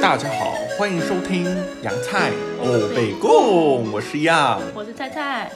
大家好，欢迎收听洋菜哦北贡，我是样。我是菜菜，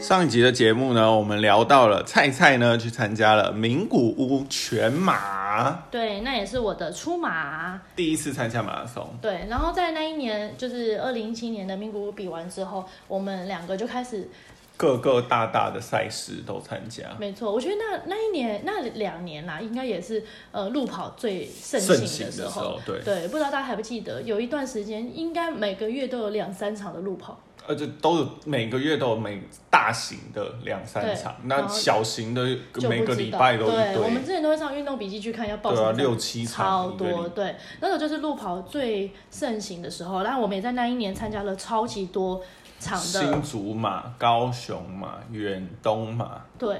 上一集的节目呢，我们聊到了菜菜呢去参加了名古屋全马，对，那也是我的出马，第一次参加马拉松。对，然后在那一年，就是二零一七年的名古屋比完之后，我们两个就开始，各个大大的赛事都参加，没错，我觉得那那一年那两年啦、应该也是呃路跑最盛盛行的的时时候。候，对，对，不知道大家还不记得，有一段时间应该每个月都有两三场的路跑，而且都有每个月都有每大型的两三对场，然那后小型的就每不个知礼道。拜都一对，我们堆，之前都会上运动笔记去看要报什对啊，么六七超场一个礼多，对，那个就是路跑最盛行的时候，然后我们也在那一年参加了超级多场的新，竹马、高雄马、远东马，对，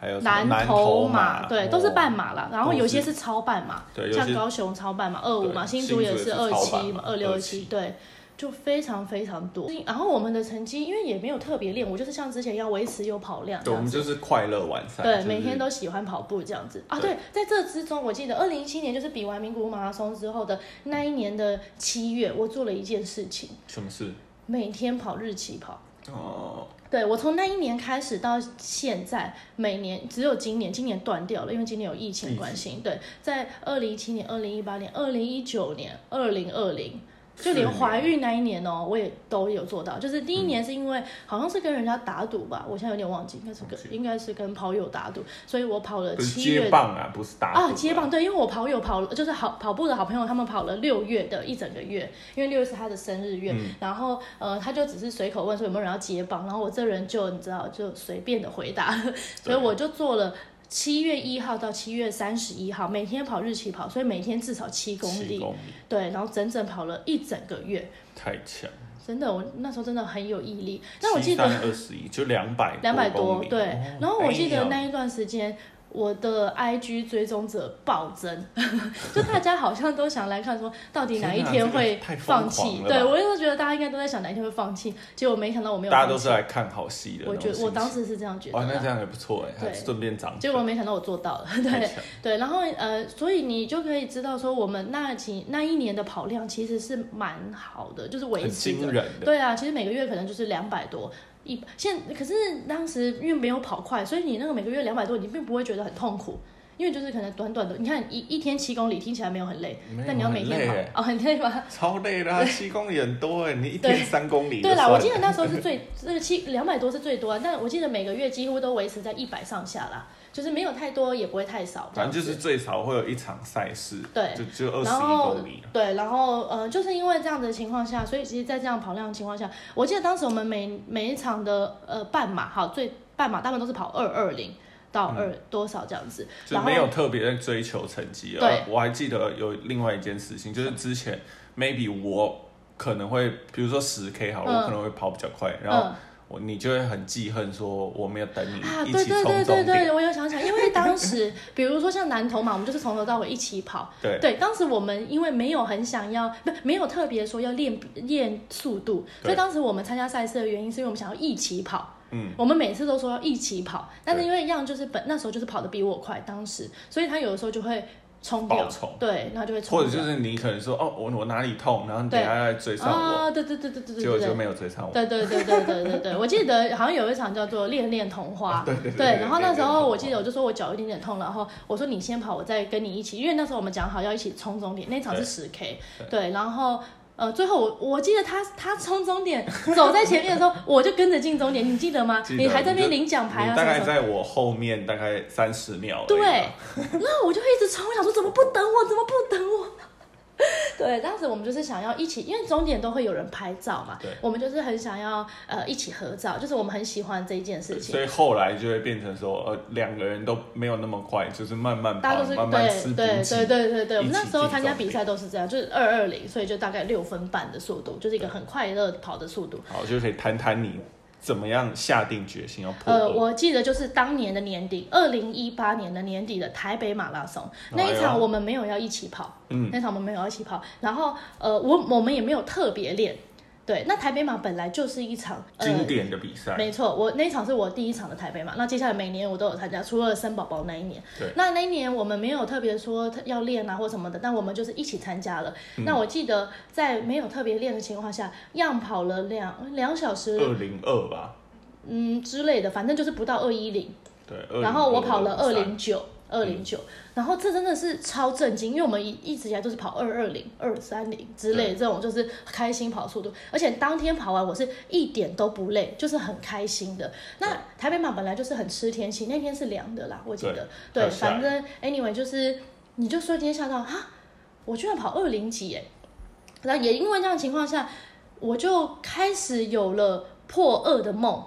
还呃有什么南投马，对，都是半马哦马啦，然后有些是超半马对有，些像高雄超半马二五嘛，对新新竹也竹也是是二超半七马嘛，二六二27七，对。就非常非常多，然后我们的成绩因为也没有特别练，我就是像之前要维持有跑量哦。这对，我样们子。就是快乐完赛，对，就是每天都喜欢跑步这样子啊。对对，在这之中，我记得二零一七年就是比完名古屋马拉松之后的那一年的七月，我做了一件事情，什么事？每天跑日期跑。哦，对我从那一年开始到现在，每年只有今年，今年断掉了，因为今年有疫情的关系。对，在二零一七年、二零一八年、二零一九年、二零二零。就连四年嗯怀孕那一年哦、我也都有做到。就是第一年是因为好像是跟人家打赌吧，我现在有点忘记，应该是忘记跟应该是跟跑友打赌，所以我跑了不是七月接棒啊，不是打赌啊，接棒对，因为我跑友跑了，就是好跑步的好朋友，他们跑了六月的一整个月，因为六月是他的生日月，嗯然后呃，他就只是随口问说有没有人要接棒，然后我这人就你知道就随便的回答， 所以我就做了。七月一号到七月三十一号，每天跑日期跑，所以每天至少七公七里，公里，对，然后整整跑了一整个月，太强。真的，我那时候真的很有毅力。但我记得二十一就两百两百多多公里，对。然后我记哎得呀那一段时间，我的 IG 追踪者暴增， 就大家好像都想来看说，到底哪一天天哪这会个哎太疯放弃狂？了吧对我就觉得大家应该都在想哪一天会放弃，结果没想到我没有大家放都弃是。来看好戏的那我种心觉情。我当时是这样觉哇，得那这的，样也不错哎，还对顺便涨粉。结果没想到我做到了， 太对。强对，然后呃，所以你就可以知道说，我们那几那一年的跑量其实是蛮好的，就是维很持的惊人的，对啊，其实每个月可能就是两百多。一现可是当时因为没有跑快，所以你那个每个月两百多，你并不会觉得很痛苦，因为就是可能短短的，你看一一天七公里听起来没有很累，没有但你要每很累天跑耶哦，很累 吗？超累的啊，七公里很多哎，你一对天三公里就对啦，算我了。记得那时候是最这个七两百多是最多、啊，但我记得每个月几乎都维持在一百上下啦，就是没有太多也不会太少，这反样正就是子最少会有一场赛事，对就就二十一然后公里。对，然后呃，就是因为这样的情况下，所以其实，在这样跑量的情况下，我记得当时我们每每一场的呃半马，好，最半马大部分都是跑二二零到二、多少这样子，嗯就然后没有特别在追求成绩。对嗯呃我还记得有另外一件事情，就是之前 maybe 我可能会，比如说十 K 好了，嗯我可能会跑比较快，然后嗯我你就会很记恨，说我没有等你啊，一对起对冲对对终点。对，我有想起来，因为当时比如说像南投嘛，我们就是从头到尾一起跑。对，对，当时我们因为没有很想要，不没有特别说要练练速度，所对以当时我们参加赛事的原因是因为我们想要一起跑。嗯，我们每次都说要一起跑，但是对因为样就是本那时候就是跑得比我快，当时，所以他有的时候就会冲掉爆冲，对，然后就会或者冲就掉。是你可能说哦，我我哪里痛，然后你等一下再追上我，啊，对对对对对对结果对就对。没有追上我。对对对对对对对，我记得好像有一场叫做《恋恋童话》，对 对对对对然后那恋时恋童话候我记得我就说我脚有一点点痛，然后我说你先跑，我再跟你一起，因为那时候我们讲好要一起冲终点，那场是十 K，对，然后呃最后我我记得他他冲终点走在前面的时候，我就跟着进终点，你记得吗？记得你还在那边你就领奖牌你啊什大么概什么。在我后面大概三十秒而已吧。对，那我就一直冲，我想说怎么不等我，怎么不等我？ 对，当时我们就是想要一起，因为终点都会有人拍照嘛对，我们就是很想要呃一起合照，就是我们很喜欢这一件事情所。以后来就会变成说，呃，两个人都没有那么快，就是慢慢大家跑，都是哦慢慢吃对补对对给。对对对，我们一起那时候进参加终比赛都是这样，就是二二零，所以就大概六分半的速度，就是一个很快乐跑的速度。好，就可以谈谈你怎么样下定决心要破呃，二。我记得就是当年的年底，二零一八年的年底的台北马拉松那一哎呦场，我们没有要一起跑，嗯那场我们没有要一起跑，然后呃，我我们也没有特别练。对，那台北马本来就是一场、呃、经典的比赛，没错，我那一场是我第一场的台北嘛，那接下来每年我都有参加，除了生宝宝那一年。对那那一年我们没有特别说要练啊或什么的，但我们就是一起参加了。嗯那我记得在没有特别练的情况下，样跑了两两小时，二零二吧，嗯之类的，反正就是不到二一零。对，202然后我跑了嗯二比赛零九。二零九，然后这真的是超震惊，因为我们一一直以来都是跑二二零、二三零之类这种，就是开心跑速度，而且当天跑完我是一点都不累，就是很开心的。那台北马本来就是很吃天气，那天是凉的啦，我记得，对对，还下雨反正 anyway 就是，你就说今天吓到哈，我居然跑二零几哎，然后也因为这样的情况下，我就开始有了破二的梦。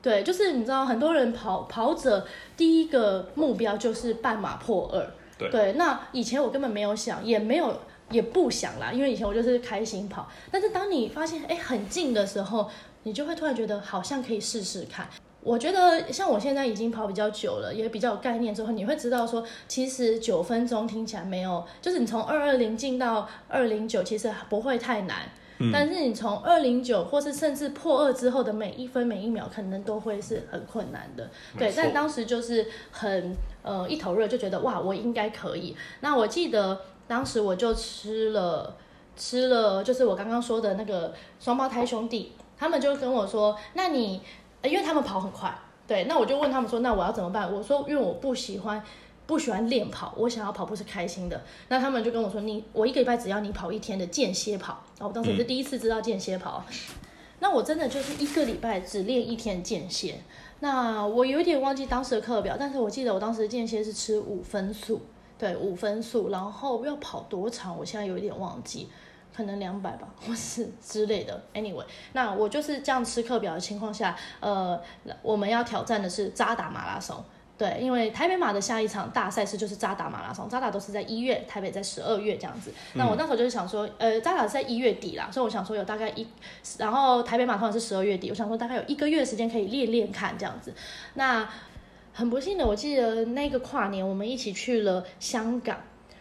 对，就是你知道，很多人跑跑者第一个目标就是半马破二。对那以前我根本没有想，也没有也不想啦，因为以前我就是开心跑。但是当你发现哎很近的时候，你就会突然觉得好像可以试试看。我觉得像我现在已经跑比较久了，也比较有概念之后，你会知道说，其实九分钟听起来没有，就是你从二二零进到二零九，其实不会太难。嗯但是你从二零九或是甚至破二之后的每一分每一秒，可能都会是很困难的。没对错，但当时就是很呃一头热，就觉得哇，我应该可以。那我记得当时我就吃了吃了，就是我刚刚说的那个双胞胎兄弟，他们就跟我说，那你、呃因为他们跑很快，对，那我就问他们说，那我要怎么办？我说，因为我不喜欢。不喜欢练跑，我想要跑步是开心的。那他们就跟我说：“你我一个礼拜只要你跑一天的间歇跑。”然后我当时是第一次知道间歇跑，那我真的就是一个礼拜只练一天间歇。那我有点忘记当时的课表，但是我记得我当时间歇是吃五分速，对，五分速，然后要跑多长，我现在有一点忘记，可能两百吧，或是之类的。Anyway，那我就是这样吃课表的情况下，呃，我们要挑战的是扎达马拉松。对，因为台北马的下一场大赛事就是扎达马拉松，扎达都是在一月，台北在十二月这样子。那我那时候就是想说，呃，扎达是在一月底啦，所以我想说有大概一，然后台北马通常是十二月底，我想说大概有一个月的时间可以练练看这样子。那很不幸的，我记得那个跨年我们一起去了香港，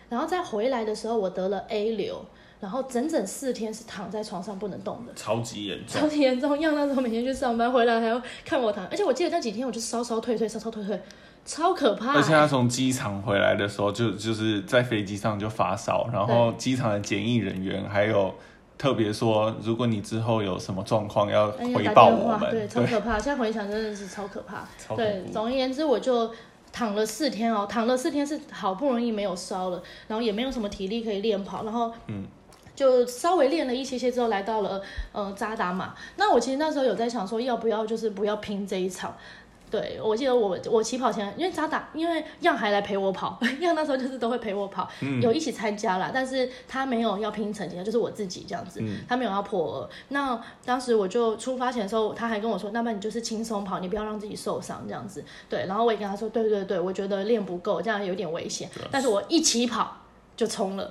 然后再回来的时候我得了 A 流，然后整整四天是躺在床上不能动的。超级严重超，级严重，要那时候每天去上班，回来还要看我躺，而且我记得那几天我就稍稍退退，稍稍退退，超可怕、而且他从机场回来的时候就就是在飞机上就发烧，然后机场的检疫人员还有特别说，如果你之后有什么状况要哎呀回打报电我话们，对，超可怕。现在回想真的是超可怕。 超对恐，怖总而言之，我就躺了四天哦，躺了四天是好不容易没有烧了，然后也没有什么体力可以练跑，然后嗯。就稍微练了一些些之后，来到了呃扎达马。那我其实那时候有在想说，要不要就是不要拼这一场。对，我记得我我起跑前，因为扎达，因为样还来陪我跑， 样那时候就是都会陪我跑，有一起参加啦，但是他没有要拼成绩，就是我自己这样子，他没有要破二。那当时我就出发前的时候，他还跟我说，那么你就是轻松跑，你不要让自己受伤这样子。对，然后我也跟他说，对对对，我觉得练不够，这样有点危险，但是我一起跑。就冲 了，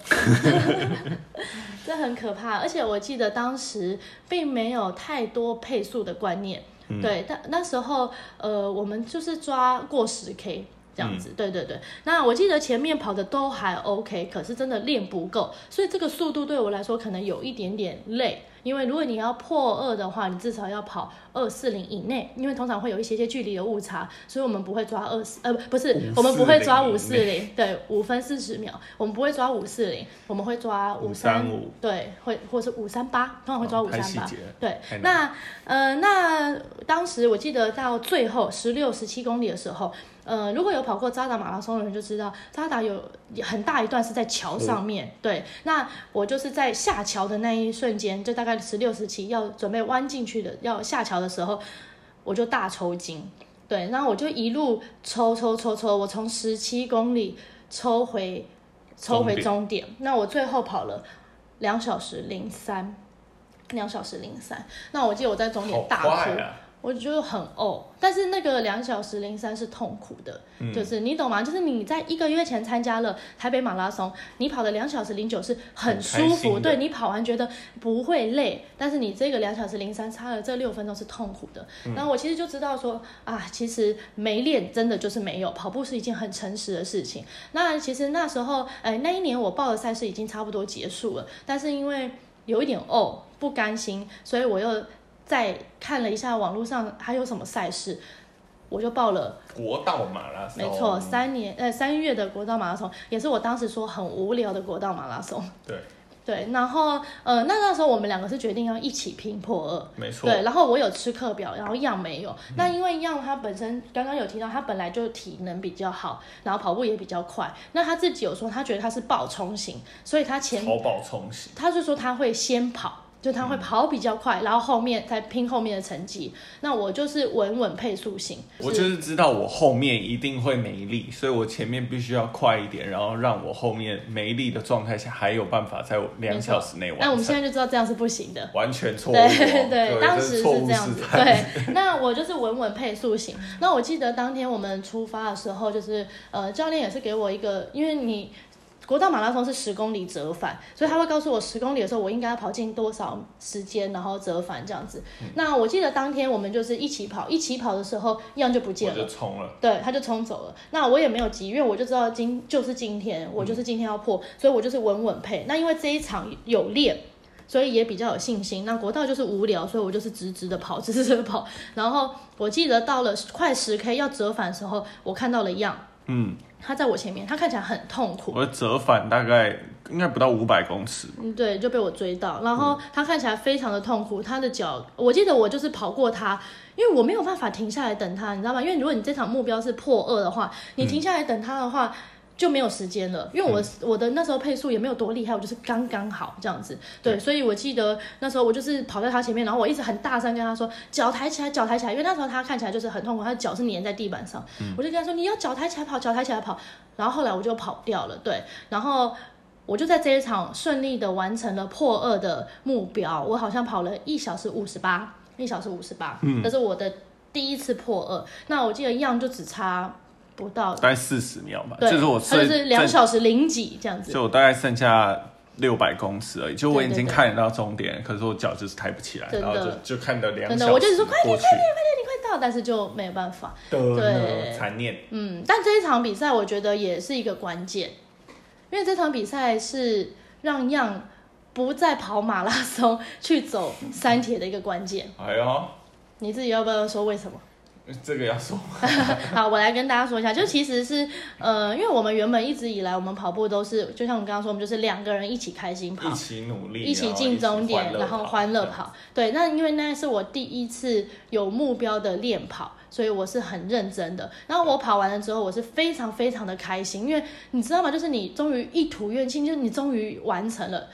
这很可怕。而且我记得当时并没有太多配速的观念，对，但那时候呃，我们就是抓过十 K 这样子，对对对。那我记得前面跑的都还 OK，可是真的练不够，所以这个速度对我来说可能有一点点累。因为如果你要破二的话，你至少要跑二四零以内，因为通常会有一些些距离的误差，所以我们不会抓二四呃不是540，我们不会抓以内五四零，对，五分四十秒，我们不会抓五四零，我们会抓五三535对，会或是五三八，通常会抓哦五太三细八节了，对太，难那呃，那当时我记得到最后十六、十七公里的时候，呃，如果有跑过扎达马拉松的人就知道，扎达有很大一段是在桥上面。哦对，那我就是在下桥的那一瞬间，就大概十六、十七要准备弯进去的，要下桥的时候，我就大抽筋。对，然后我就一路抽抽抽抽，我从十七公里抽回抽回终点。那我最后跑了两小时零三，两小时零三。那我记得我在终点大哭，好快啊！我觉得很呕，但是那个两小时零三是痛苦的，嗯就是你懂吗？就是你在一个月前参加了台北马拉松，你跑的两小时零九是很舒很开服，心的对你跑完觉得不会累，但是你这个两小时零三差了这六分钟是痛苦的。嗯然后我其实就知道说啊，其实没练真的就是没有，跑步是一件很诚实的事情。那其实那时候，哎，那一年我报的赛事已经差不多结束了，但是因为有一点哦不甘心，所以我又再看了一下网络上还有什么赛事，我就报了。国道马拉松，没错，三年呃三月的国道马拉松也是我当时说很无聊的国道马拉松。 对对，然后呃那那时候我们两个是决定要一起拼破二。没错，对，然后我有吃课表，然后样没有。那因为样他本身刚刚有提到，他本来就体能比较好，然后跑步也比较快。那他自己有说，他觉得他是爆冲型，所以他前超爆冲洗，他就说他会先跑，就他会嗯跑比较快，然后后面再拼后面的成绩。那我就是稳稳配速型，我是就是知道我后面一定会没力，所以我前面必须要快一点，然后让我后面没力的状态下还有办法在我两小时内完成。那我们现在就知道这样是不行的。完全错误、哦， 对对， 当这时错误是这样示子。范对，那我就是稳稳配速型。那我记得当天我们出发的时候，就是呃，教练也是给我一个，因为你。呃国道马拉松是十公里折返，所以他会告诉我十公里的时候我应该要跑进多少时间，然后折返这样子。那我记得当天我们就是一起跑，一起跑的时候，一样就不见我了就。冲了。对，他就冲走了。那我也没有急，因为我就知道今就是今天，我就是今天要破，所以我就是稳稳配。那因为这一场有练，所以也比较有信心。那国道就是无聊，所以我就是直直的跑，直直的跑。然后我记得到了快十 K 要折返的时候，我看到了样，嗯，他在我前面，他看起来很痛苦。我的折返大概应该不到五百公尺，嗯，对，就被我追到，然后他看起来非常的痛苦，他的脚，我记得我就是跑过他，因为我没有办法停下来等他，你知道吗？因为如果你这场目标是破二的话，你停下来等他的话。就没有时间了，因为我、我的那时候配速也没有多厉害，我就是刚刚好这样子。对，对所以我记得那时候我就是跑在他前面，然后我一直很大声跟他说：“脚抬起来，脚抬起来。”因为那时候他看起来就是很痛苦，他的脚是粘在地板上。我就跟他说：“你要脚抬起来跑，脚抬起来跑。”然后后来我就跑掉了。对，然后我就在这一场顺利的完成了破二的目标，我好像跑了一小时五十八，一小时五十八，这是我的第一次破二。那我记得样就只差不到，大概四十秒吧，对，就是我它剩就是两剩小时零几这样子。就我大概剩下六百公尺而已，就我对已对经对看得到终点，可是我脚就是抬不起来，真然的后就就看到两真小的，时我就是说快点，过去快点，快点，你快到，但是就没有办法。的对残念，嗯，但这一场比赛我觉得也是一个关键，因为这场比赛是让样不再跑马拉松，去走三铁的一个关键。哎呦，你自己要不要说为什么？ 这个要说好，我来跟大家说一下，就其实是呃，因为我们原本一直以来我们跑步都是，就像我们刚刚说，我们就是两个人一起开心跑一，起努力，啊一起进终点，然后欢乐。跑。对，那因为那是我第一次有目标的练跑，所以我是很认真的。然后我跑完了之后，我是非常非常的开心，因为你知道吗？就是你终于一吐怨气，就是你终于完成了。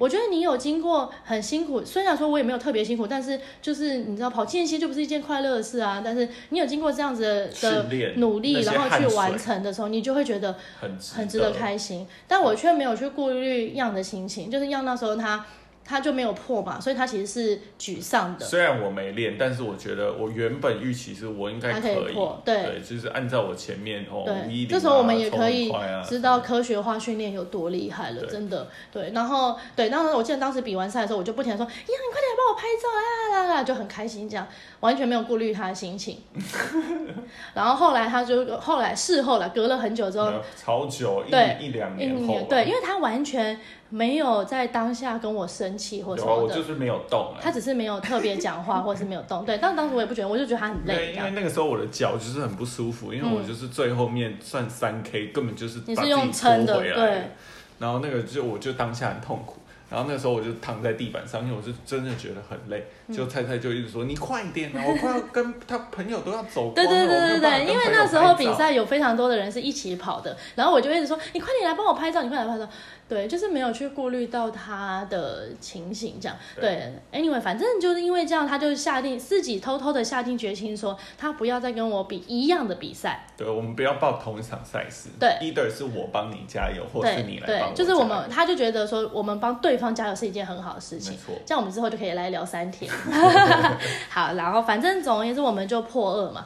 我觉得你有经过很辛苦，虽然说我也没有特别辛苦，但是就是你知道跑间歇就不是一件快乐的事啊。但是你有经过这样子的的训练努那力，些然后汗去水完成的时候，你就会觉得很很值得。开心，但我却没有去顾虑样的心情，就是样那时候他他就没有破嘛，所以他其实是沮丧的。虽然我没练，但是我觉得我原本预期是我应该还可以以破，对就是按照我前面哦，一对，零这时候我们也可以冲很快啊知道科学化训练有多厉害了，对真的。对，然后对，当时我记得当时比完赛的时候，我就不停的说：“呀，你快点帮我拍照啊啦啦啦！”就很开心，这样完全没有顾虑他的心情。然后后来他就后来事后了，隔了很久之后，没有超久对一一两一年后吧，啊对，因为他完全没有在当下跟我生气或什有啊，么我的，就是没有动啊。他只是没有特别讲话，或者是没有动。对，但当时我也不觉得，我就觉得他很累对，这因为样。嗯那个时候我的脚就是很不舒服，因为我就是最后面算三 K，根本就是你把是自用己拖撑的，回来对的。，然后那个就我就当下很痛苦，然后那个时候我就躺在地板上，因为我是真的觉得很累。嗯就菜菜就一直说：“你快一点啊，我快要跟他朋友都要走光了。”对对我没对对有办法对，跟因为朋友那时候拍比照赛有非常多的人是一起跑的，然后我就一直说你快点来帮我拍照，你快点来拍照。对，就是没有去顾虑到他的情形，这样。对，anyway，反正就是因为这样，他就下定自己偷偷的下定决心说，他不要再跟我比一样的比赛。对，我们不要报同一场赛事。对，either 是我帮你加油，或是你对来帮对，我。就是我们，，他就觉得说，我们帮对方加油是一件很好的事情没错。这样我们之后就可以来聊三天。 好，然后反正总而言之，我们就破二嘛。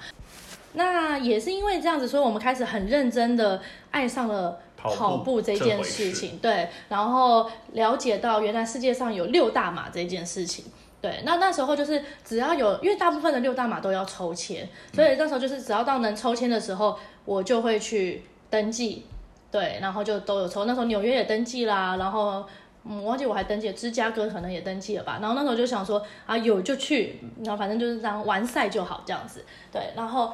那也是因为这样子，所以我们开始很认真的爱上了跑步跑步这件事情。对，然后了解到原来世界上有六大马这件事情。对，那那时候就是只要有，因为大部分的六大马都要抽签，所以那时候就是只要到能抽签的时候，我就会去登记。对，然后就都有抽。那时候纽约也登记啦，然后嗯，我忘记我还登记了，芝加哥可能也登记了吧。然后那时候就想说啊，有就去，然后反正就是这样完赛就好这样子。对，然后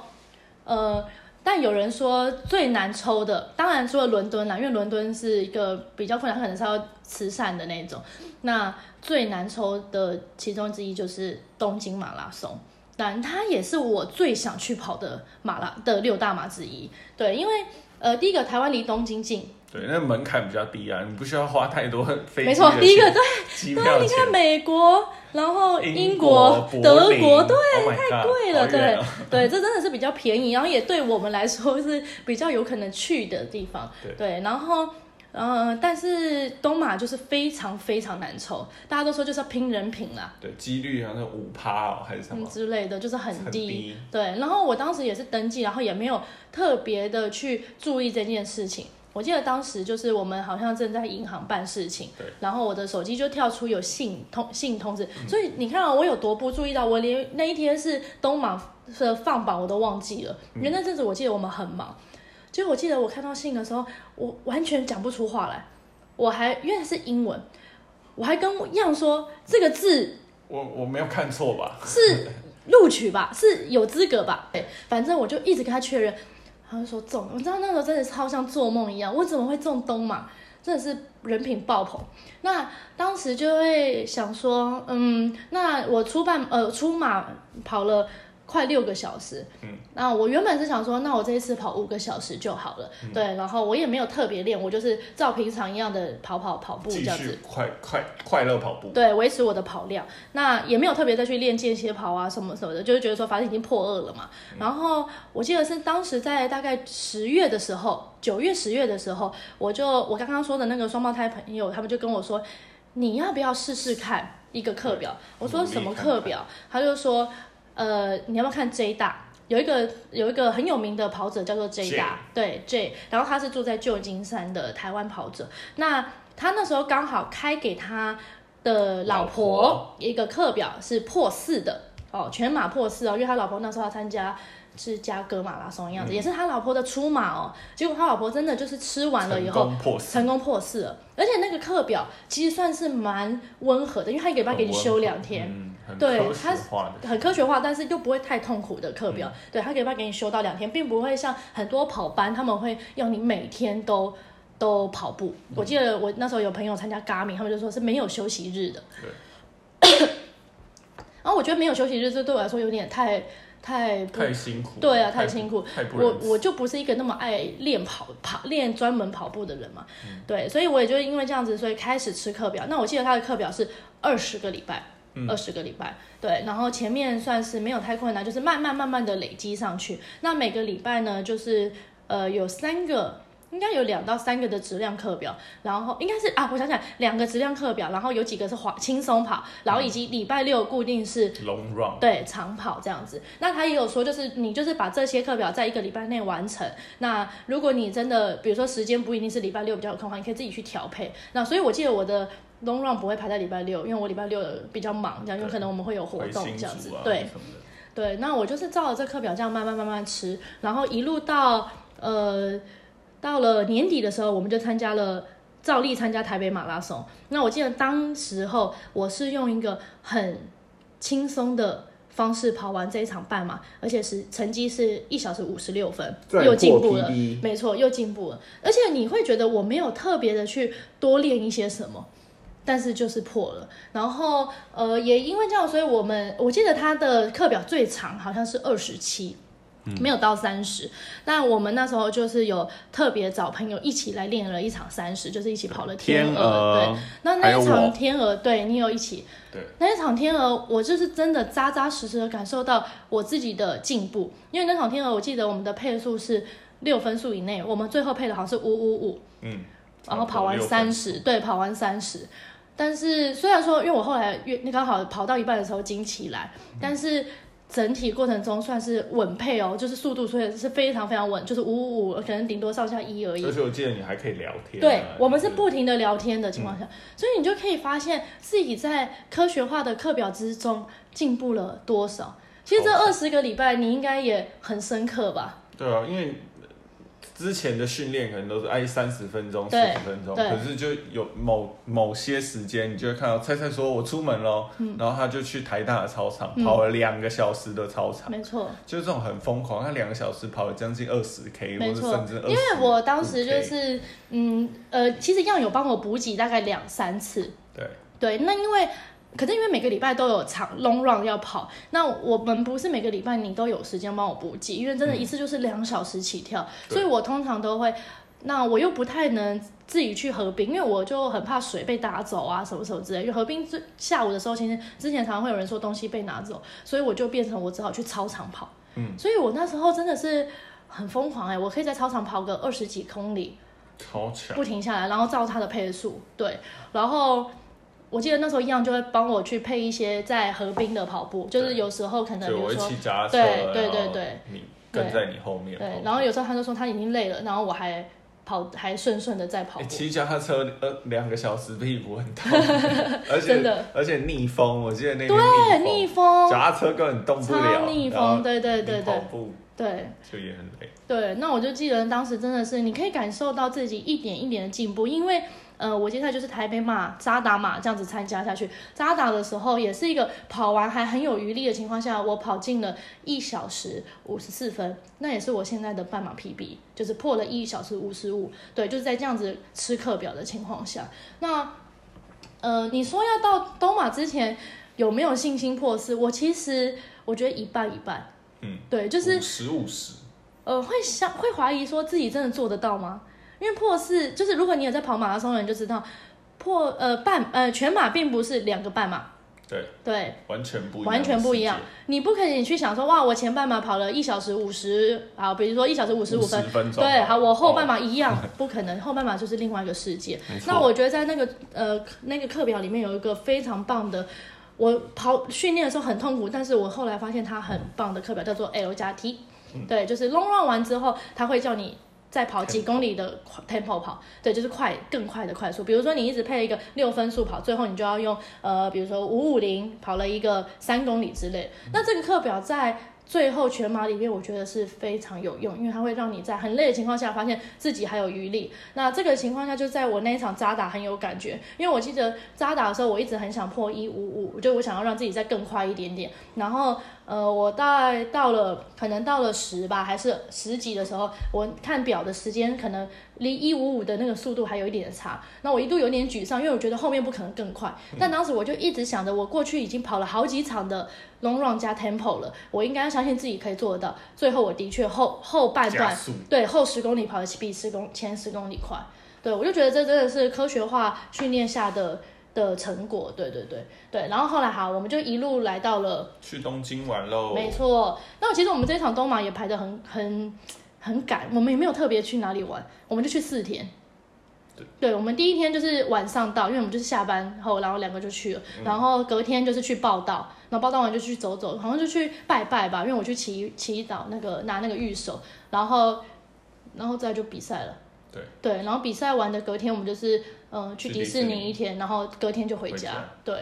呃，但有人说最难抽的，当然除了伦敦啦，因为伦敦是一个比较困难，它可能是要慈善的那种。那最难抽的其中之一就是东京马拉松。但它也是我最想去跑的马拉的六大马之一，对，因为呃，第一个台湾离东京近，对，那门槛比较低啊，你不需要花太多飞机没错的第一个钱对机对票啊，你钱看美国，然后英国、，Oh 德国，对对，，太贵了，对哦对，这真的是比较便宜，然后也对我们来说是比较有可能去的地方，对然后。呃，但是东马就是非常非常难抽，大家都说就是要拼人品啦，对，几率好像是五趴哦，还是什嗯么？之类的，就是很低对，然后我当时也是登记，然后也没有特别的去注意这件事情。我记得当时就是我们好像正在银行办事情对，然后我的手机就跳出有信通信通知，所以你看、啊、我有多不注意到，我连那一天是东马的放榜我都忘记了，因为那阵子我记得我们很忙，结果我记得我看到信的时候，我完全讲不出话来，我还因为是英文，我还跟样说这个字我我没有看错吧？是录取吧，是有资格吧？对，反正我就一直跟他确认，他就说中了。我知道那时候真的超像做梦一样，我怎么会中东马？真的是人品爆棚。那当时就会想说，嗯，那我出半呃出马跑了。快六个小时，嗯，那我原本是想说，那我这一次跑五个小时就好了，对，然后我也没有特别练，我就是照平常一样的跑跑跑步这继样子续，快快快乐跑步，对，维持我的跑量。那也没有特别再去练间歇跑啊什么什么的，就是觉得说反正已经破二了嘛。然后我记得是当时在大概十月的时候，九月十月的时候，我就我刚刚说的那个双胞胎朋友，他们就跟我说，你要不要试试看一个课表？我说努力什么看课看表？他就说，呃，你要不要看 J 大？有一个有一个很有名的跑者叫做 J 大，对 J，然后他是住在旧金山的台湾跑者。那他那时候刚好开给他的老老婆婆一个课表是破四的哦，全马破四哦，因为他老婆那时候要参加芝加哥马拉松的嗯样子，也是他老婆的出马哦。结果他老婆真的就是吃完了以成后功破四成功破四了，而且那个课表其实算是蛮温和的，因为他一个礼拜给你休两天，嗯，很对科学它化的，很科学化，但是又不会太痛苦的课嗯表。对，他可以把给你修到两天，并不会像很多跑班他们会要你每天都都跑步。嗯我记得我那时候有朋友参加 Garmin，他们就说是没有休息日的。对， 然后我觉得没有休息日，这对我来说有点太太不太辛苦了，对啊，太太辛苦。太不我忍我就不是一个那么爱练跑跑练专门跑步的人嘛，对，所以我也就因为这样子，所以开始吃课表。那我记得他的课表是二十个礼拜，二十、个礼拜，对，然后前面算是没有太困难，就是慢慢慢慢的累积上去。那每个礼拜呢，就是呃有三个。应该有两到三个的质量课表，然后应该是啊，我想起来两个质量课表，然后有几个是滑轻松跑，然后以及礼拜六固定是 long run，对，长跑这样子。那他也有说，就是你就是把这些课表在一个礼拜内完成。那如果你真的，比如说时间不一定是礼拜六比较有空的话，你可以自己去调配。那所以我记得我的 long run 不会排在礼拜六，因为我礼拜六比较忙，这样因为对可能我们会有活回动新这样子竹啊。对，什么的对，那我就是照着这课表这样慢慢慢慢吃，然后一路到呃到了年底的时候，我们就参加了照例参加台北马拉松。那我记得当时候我是用一个很轻松的方式跑完这一场半马，而且是成绩是一小时五十六分，再又进过步了 PB，没错，又进步了。而且你会觉得我没有特别的去多练一些什么。但是就是破了。然后呃，也因为这样，所以我们我记得他的课表最长好像是二十七。嗯没有到三十，那我们那时候就是有特别找朋友一起来练了一场三十，就是一起跑了呃鹅，鹅对，，那还那有一我场天鹅，对你有一起，对，那一场天鹅，我就是真的扎扎实实的感受到我自己的进步，因为那场天鹅，我记得我们的配速是六分数以内，我们最后配的好像是五五五，嗯，然后跑完差不多三十，对，跑完三十。但是虽然说，因为我后来越那刚好跑到一半的时候惊起来，但是整体过程中算是稳配哦，就是速度所以是非常非常稳，就是五五五，可能顶多上下一而六分，已而。且我记得你还可以聊天啊，对，我们是就是不停的聊天的情况下，所以你就可以发现自己在科学化的课表之中进步了多少。其实这好二十个礼拜，你应该也很深刻吧？对啊，因为之前的训练可能都是哎三十分钟、四对十分钟，对可是就有某某些时间，你就会看到菜菜说我出门喽，嗯然后他就去台大的操场、跑了两个小时的操场，没错。就是这种很疯狂，他两个小时跑了将近二十 K，没或者错甚至，25因为我当时就是，嗯，呃，其实样有帮我补给大概两三次，对对，那因为可是因为每个礼拜都有长 long run 要跑，那我们不是每个礼拜你都有时间帮我补给，因为真的嗯一次就是两小时起跳，对所以我通常都会。那我又不太能自己去河滨，因为我就很怕水被打走啊，什么什么之类的。因为河滨最下午的时候，其实之前常常会有人说东西被拿走，所以我就变成我只好去操场跑。嗯，所以我那时候真的是很疯狂哎、我可以在操场跑个二十几公里，超强，不停下来，然后照他的配速，对，然后。我记得那时候一样就会帮我去配一些在河滨的跑步，就是对有时候可能就比我会如说骑脚踏车，对对对然后对你对跟在你后面跑对步，，然后有时候他就说他已经累了，然后我还跑还顺顺的在跑欸步，骑脚踏车呃两个小时屁股很 痛，而且真的而且逆风，我记得那天对逆逆风风，脚踏车根本动不哦超了，逆然后风，对对对你跑对步对就也很累，对，那我就记得当时真的是你可以感受到自己一点一点的进步，因为呃我接下来就是台北马、扎达马这样子参加下去，扎达的时候也是一个跑完还很有余力的情况下，我跑进了一小时五十四分，那也是我现在的半马 PB，就是破了一小时五十五。对，就是在这样子吃课表的情况下，那呃，你说要到东马之前有没有信心破四？我其实我觉得一半一半，嗯，对，就是十五十，呃，会想会怀疑说自己真的做得到吗？因为破四就是如果你有在跑马拉松的人就知道，破呃半呃全马并不是两个半马，对，对，完全不一样，完全不一样。。你不可以去想说哇，我前半马跑了一小时五十，好，比如说一小时五十五分50。分钟，对，好，我后半马，马 一样，不可能，后半马就是另外一个世界。哦没错那我觉得在那个呃那个课表里面有一个非常棒的，我跑训练的时候很痛苦，但是我后来发现它很棒的课表叫做 L 加 T，、对，嗯就是 long run 完之后，它会叫你。再跑几公里的快 tempo 跑，对，就是快更快的快速。比如说你一直配一个六分速跑，最后你就要用呃，比如说五五零跑了一个三公里之类。那这个课表在最后全马里面，我觉得是非常有用，因为它会让你在很累的情况下，发现自己还有余力，那这个情况下，就在我那一场扎打很有感觉，因为我记得扎打的时候，我一直很想破一五五，就我想要让自己再更快一点点。然后，呃，我大概到了可能到了十吧，还是十几的时候，我看表的时间可能离一五五的那个速度还有一点差。那我一度有点沮丧，因为我觉得后面不可能更快。但当时我就一直想着，我过去已经跑了好几场的 long run 加 tempo 了，我应该要相信自己可以做得到。最后，我的确后后半段哦加速对后十公里跑的比十公前十公里快。对，我就觉得这真的是科学化训练下的的成果。对对对对，然后后来好，我们就一路来到了，去东京玩喽，没错。那其实我们这一场东马也排的很很很赶，我们也没有特别去哪里玩，我们就去四天。对，我们第一天就是晚上到，因为我们就是下班后，然后两个就去了，然后隔天就是去报道，然后报道完就去走走，好像就去拜拜吧，因为我去祈祈祷那个拿那个玉手，然后然后再就比赛了。对对，然后比赛完的隔天，我们就是嗯、呃去去迪迪士士尼尼一天，然后隔天就回回家家。对，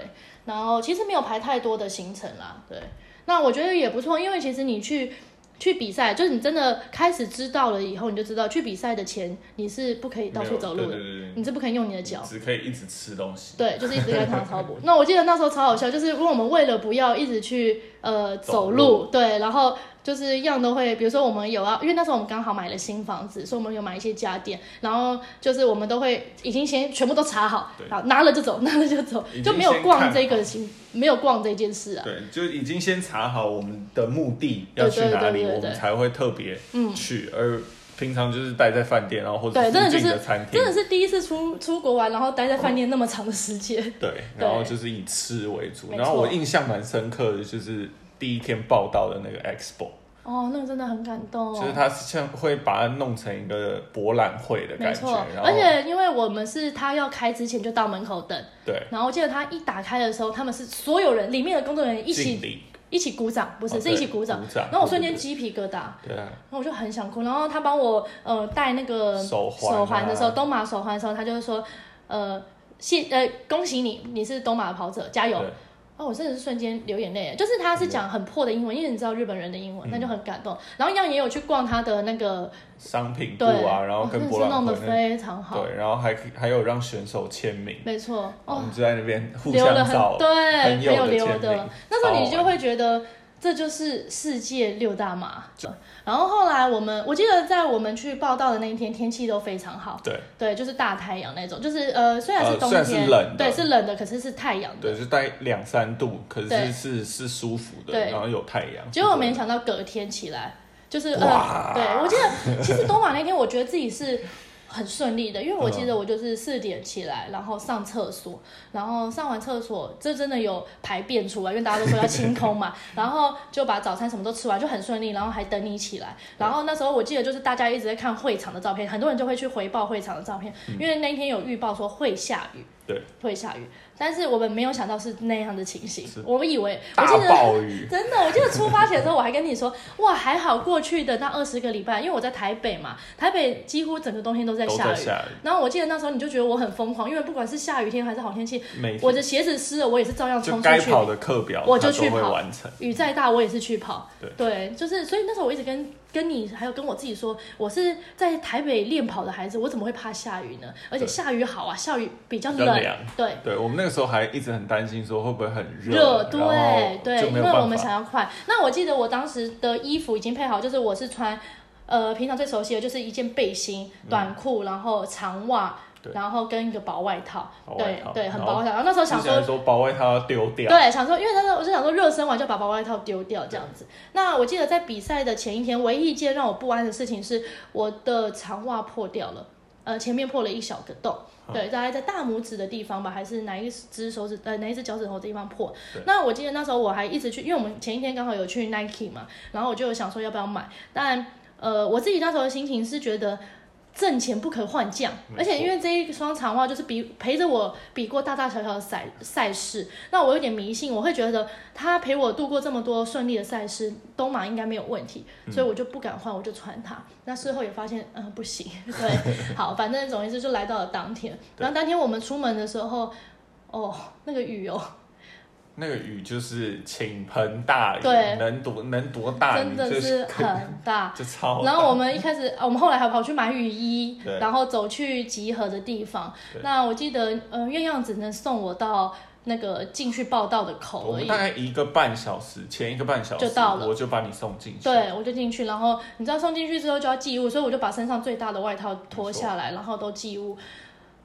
然后其实没有排太多的行程啦。对，那我觉得也不错，因为其实你去去比赛，就是你真的开始知道了以后，你就知道去比赛的前你是不可以到没处有走对路嗯的，对对对，你是不可以用你的脚。只可以一直吃东西，对，就是一直跟他超步。那我记得那时候超好笑，就是因为我们为了不要一直去呃走走路，路对，然后就是一样都会，比如说我们有啊，因为那时候我们刚好买了新房子，所以我们有买一些家电，然后就是我们都会已经先全部都查好，对好拿了就走，拿了就走已，经就没有先逛看这个好行，没有逛这件事啊。对，就已经先查好我们的目的对要去哪对对里，对对我们才会特别嗯去，而平常就是待在饭店，然后或者对真的附就近的是餐厅真的，是第一次出出国玩，然后待在饭店那么长的时间，对，对然后就是以吃为主。没错然后我印象蛮深刻的就是第一天报道的那个 Expo，、 哦，那个真的很感动、哦。就是它像会把它弄成一个博览会的没感觉错，，然后而且因为我们是他要开之前就到门口等，对然后我记得他一打开的时候，他们是所有人里面的工作人员一敬起礼，一起鼓掌，不是、哦是对一起鼓掌。鼓掌然后我瞬间对对对鸡皮疙瘩，对啊，然后我就很想哭。然后他帮我呃戴那个手环啊手环的时候，东马手环的时候，他就说呃谢呃恭喜你，你是东马的跑者，加油。对，哦，我真的是瞬间流眼泪，就是他是讲很破的英文，因为你知道日本人的英文，那就很感动。然后一样也有去逛他的那个，商品部对，啊，然后哦真跟的博览是弄得会那，非常好，对，然后还可以还有让选手签名，没错，我哦，们就在那边互留相了很找对，朋很友有的留签的名。。那时候你超好就会觉得这就是世界六大马。然后后来我们，我记得在我们去报道的那一天，天气都非常好，对对，就是大太阳那种，就是呃，虽然是呃冬虽天，然是冷的对，是冷的，可是是太阳的对，。就大概两三度，可对是是是舒服的，对然后有太阳。结果我没想到隔天起来，就是呃哇，对我记得，其实东马那天我觉得自己是很顺利的，因为嗯我记得我就是四点起来，然后上厕所，然后上完厕所，这真的有排便出来，因为大家都说要清 空嘛，然后就把早餐什么都吃完，就很顺利，然后还等你起来。然后那时候我记得就是大家一直在看会场的照片，很多人就会去回报会场的照片，因为那一天有预报说会下雨。嗯对，会下雨，但是我们没有想到是那样的情形是。我们以为，我大记得暴雨，真的，我记得出发前的时候，我还跟你说，哇，还好过去的那二十个礼拜，因为我在台北嘛，台北几乎整个冬天 都在都下在雨。下雨，然后我记得那时候你就觉得我很疯狂，因为不管是下雨天还是好天气，每我的鞋子湿了，我也是照样就冲该出去。跑的课表，我就它去都会跑完成。雨再大，我也是去跑。对就是所以那时候我一直跟跟你还有跟我自己说，我是在台北练跑的孩子，我怎么会怕下雨呢？而且对下雨好啊，下雨比较比较冷，凉对。对我们那个时候还一直很担心，说会不会很热，然后对对，就没有因为我办们想法。要快。那我记得我当时的衣服已经配好，就是我是穿，呃，平常最熟悉的就是一件背心、短裤，然后长袜，嗯对然后跟一个薄外套，薄外对套对，很然薄后外套。然后那时候之想前说。说保外套要丢掉，对，想说，因为那时候我就想说，热身完就把薄外套丢掉这样子。那我记得在比赛的前一天，唯一一件让我不安的事情是我的长袜破掉了，呃，前面破了一小个洞，嗯对，大概在大拇指的地方吧，还是哪一只手指呃哪一只脚趾头的地方破。那我记得那时候我还一直去，因为我们前一天刚好有去 Nike 嘛，然后我就有想说要不要买，但呃，我自己那时候的心情是觉得。挣钱不可换将，没错而且因为这一双长袜就是比陪着我比过大大小小的赛赛事，那我有点迷信，我会觉得他陪我度过这么多顺利的赛事，东马应该没有问题，嗯所以我就不敢换，我就穿它。那事后也发现，嗯，不行，对，好，反正总而言之就来到了当天。然后当天我们出门的时候，哦，那个雨哦，那个雨就是倾盆大雨，对能多能多大雨真的就是可以很大。就超大。然后我们一开始，啊我们后来还跑去买雨衣对，然后走去集合的地方。对那我记得，呃，月亮只能送我到那个进去报道的口我而们已。大概一个半小时前一个半小时就到了我就把你送进去。对，我就进去，然后你知道送进去之后就要寄物，所以我就把身上最大的外套脱下来，然后都寄物。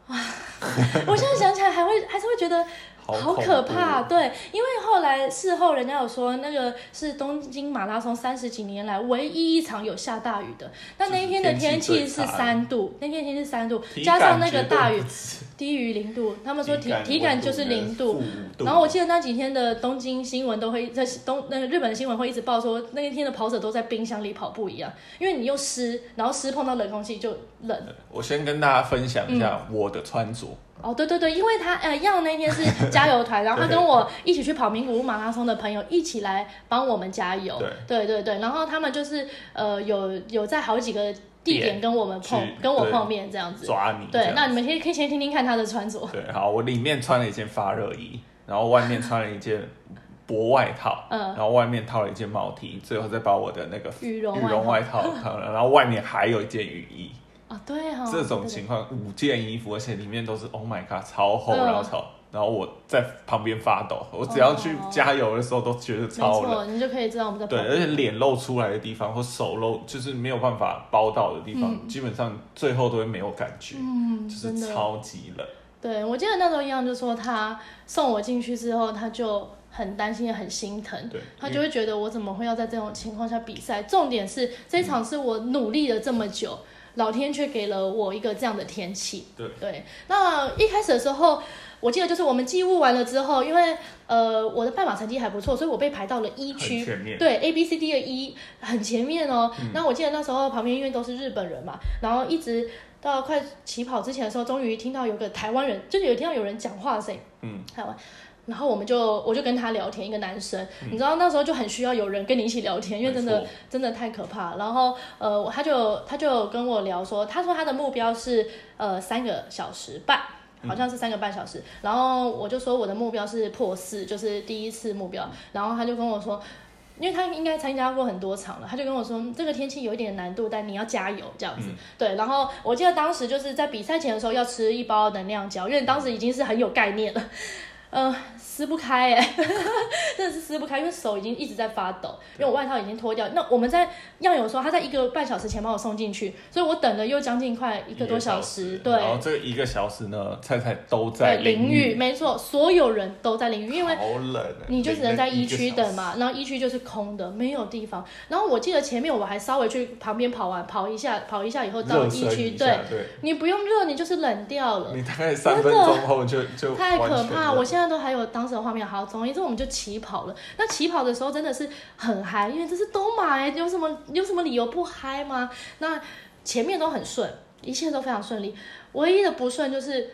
哇， 我现在想起来还会还是会觉得好好恐可怖怕，对，因为后来事后人家有说那个是东京马拉松三十几年来唯一一场有下大雨的，但那一天的就是天天气最气是差三度，那天天气是三度，体加感上那个绝对大不雨低于零度，他们说体体温感度就是应该零度负，五度然后我记得那几天的东京新闻都会在东那个日本的新闻会一直报说，那一天的跑者都在冰箱里跑步一样，因为你又湿，然后湿碰到冷空气就冷。我先跟大家分享一下嗯我的穿着，哦，对对对，因为他呃样那天是 加油团，然后他对跟我一起去跑名古屋马拉松的朋友一起来帮我们加油。对对对，然后他们就是呃有有在好几个地点点跟我们碰去跟我对碰面这样子。抓你这对，样。那你们可以可以先听听看他的穿着。 对，好，我里面穿了一件发热衣，然后外面穿了一件薄外套，嗯然后外面套了一件毛 T，最后再把我的那个羽绒羽外套绒外套套了，然后外面还有一件雨衣。哦，对哦，这种对情况五件衣服，而且里面都是 Oh my God，超厚，嗯然后超，然后我在旁边发抖，我只要去加油的时候都觉得哦没超冷。错，你就可以知道我们在跑对，呃而且脸露出来的地方或手露，就是没有办法包到的地方，基本上最后都会没有感觉，嗯，就真是的。超级冷。对，我记得那时候一样，就说他送我进去之后，他就很担心，也很心疼对，他就会觉得我怎么会要在这种情况下比赛？重点是这一场是我努力了这么久，老天却给了我一个这样的天气。对对，那一开始的时候，我记得就是我们寄物完了之后，因为呃我的半马成绩还不错，所以我被排到了一区很，全面嗯对 A B C D 的一很前面哦。那我记得那时候旁边因为都是日本人嘛，然后一直到快起跑之前的时候，终于听到有个台湾人，就是有听到有人讲话的声音，嗯，台湾。然后我们就我就跟他聊天，一个男生，你知道那时候就很需要有人跟你一起聊天，因为真的嗯没错真的太可怕了。然后呃，他就他就跟我聊说，他说他的目标是呃三个小时半。好嗯像是三个半小时。然后我就说我的目标是破四，就是第一次目标。然后他就跟我说，因为他应该参加过很多场了，他就跟我说嗯这个天气有一点难度，但你要加油这样子。对，然后我记得当时就是在比赛前的时候要吃一包能量胶，因为当时已经是很有概念了。 呃，撕不开哎、 真的是撕不开，因为手已经一直在发抖，因为我外套已经脱掉。那我们在样友说他在一个半小时前把我送进去，所以我等了又将近快一个多小时，对，然后这一个小时呢，菜菜都在对，淋雨，没错，所有人都在淋雨，因为好冷啊，你就只能在淋了一个区小等时。嘛，然后一区就是空的，没有地方。然后我记得前面我还稍微去旁边跑完，跑一下，跑一下以后到热一身区，一下对，对，你不用热，你就是冷掉了。你大概三真分的钟后就就太完可全怕！了我现在都还有当时的画面。好，总而言之，我们就起跑了。那起跑的时候真的是很嗨，因为这是东马哎、有什么有什么理由不嗨吗？那前面都很顺，一切都非常顺利。唯一的不顺就是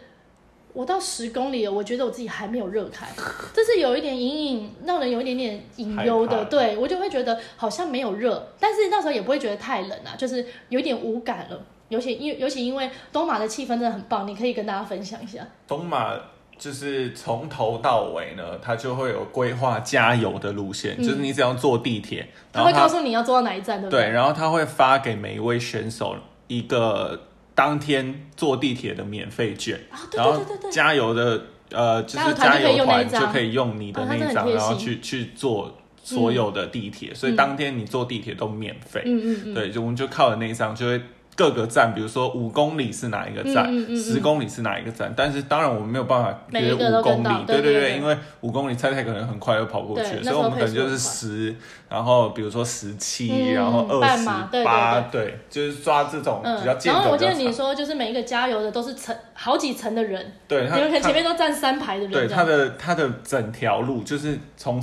我到十公里了，我觉得我自己还没有热 开，这是有一点隐隐让人有一点点隐忧害的。怕对我就会觉得好像没有热，但是那时候也不会觉得太冷啊，就是有一点无感了。尤其因尤其因为东马的气氛真的很棒，你可以跟大家分享一下。东马就是从头到尾呢，它就会有规划加油的路线，就是你只要坐地铁，然他后嗯会告它诉你要坐到哪一站，对不对，？然后它会发给每一位选手一个当天坐地铁的免费券，啊，对然后对对对对，加油的呃就加是油团加就可以油用那一团就可以用你张的哦那它一真的很张，贴然后心去去坐所有的地铁，所以当天你坐地铁都免费。嗯嗯嗯，对，就我们就靠着那一张，就会各个站，比如说五公里是哪一个站嗯嗯，嗯嗯十、公里是哪一个站，但是当然我们没有办法每约一个五都公跟里到，对对对对对，对因为五公里菜菜可能很快就跑过去了，所对那以时我候们可能就是配速十，然后比如说十七、嗯然后二半十马对对八，对，就是抓这种比较嗯，健然康后我的记比较得长。你说，就是每一个加油的都是层好几层的人，对，你他们可能他前面都站三排的人，对这他样的他的整条路就是从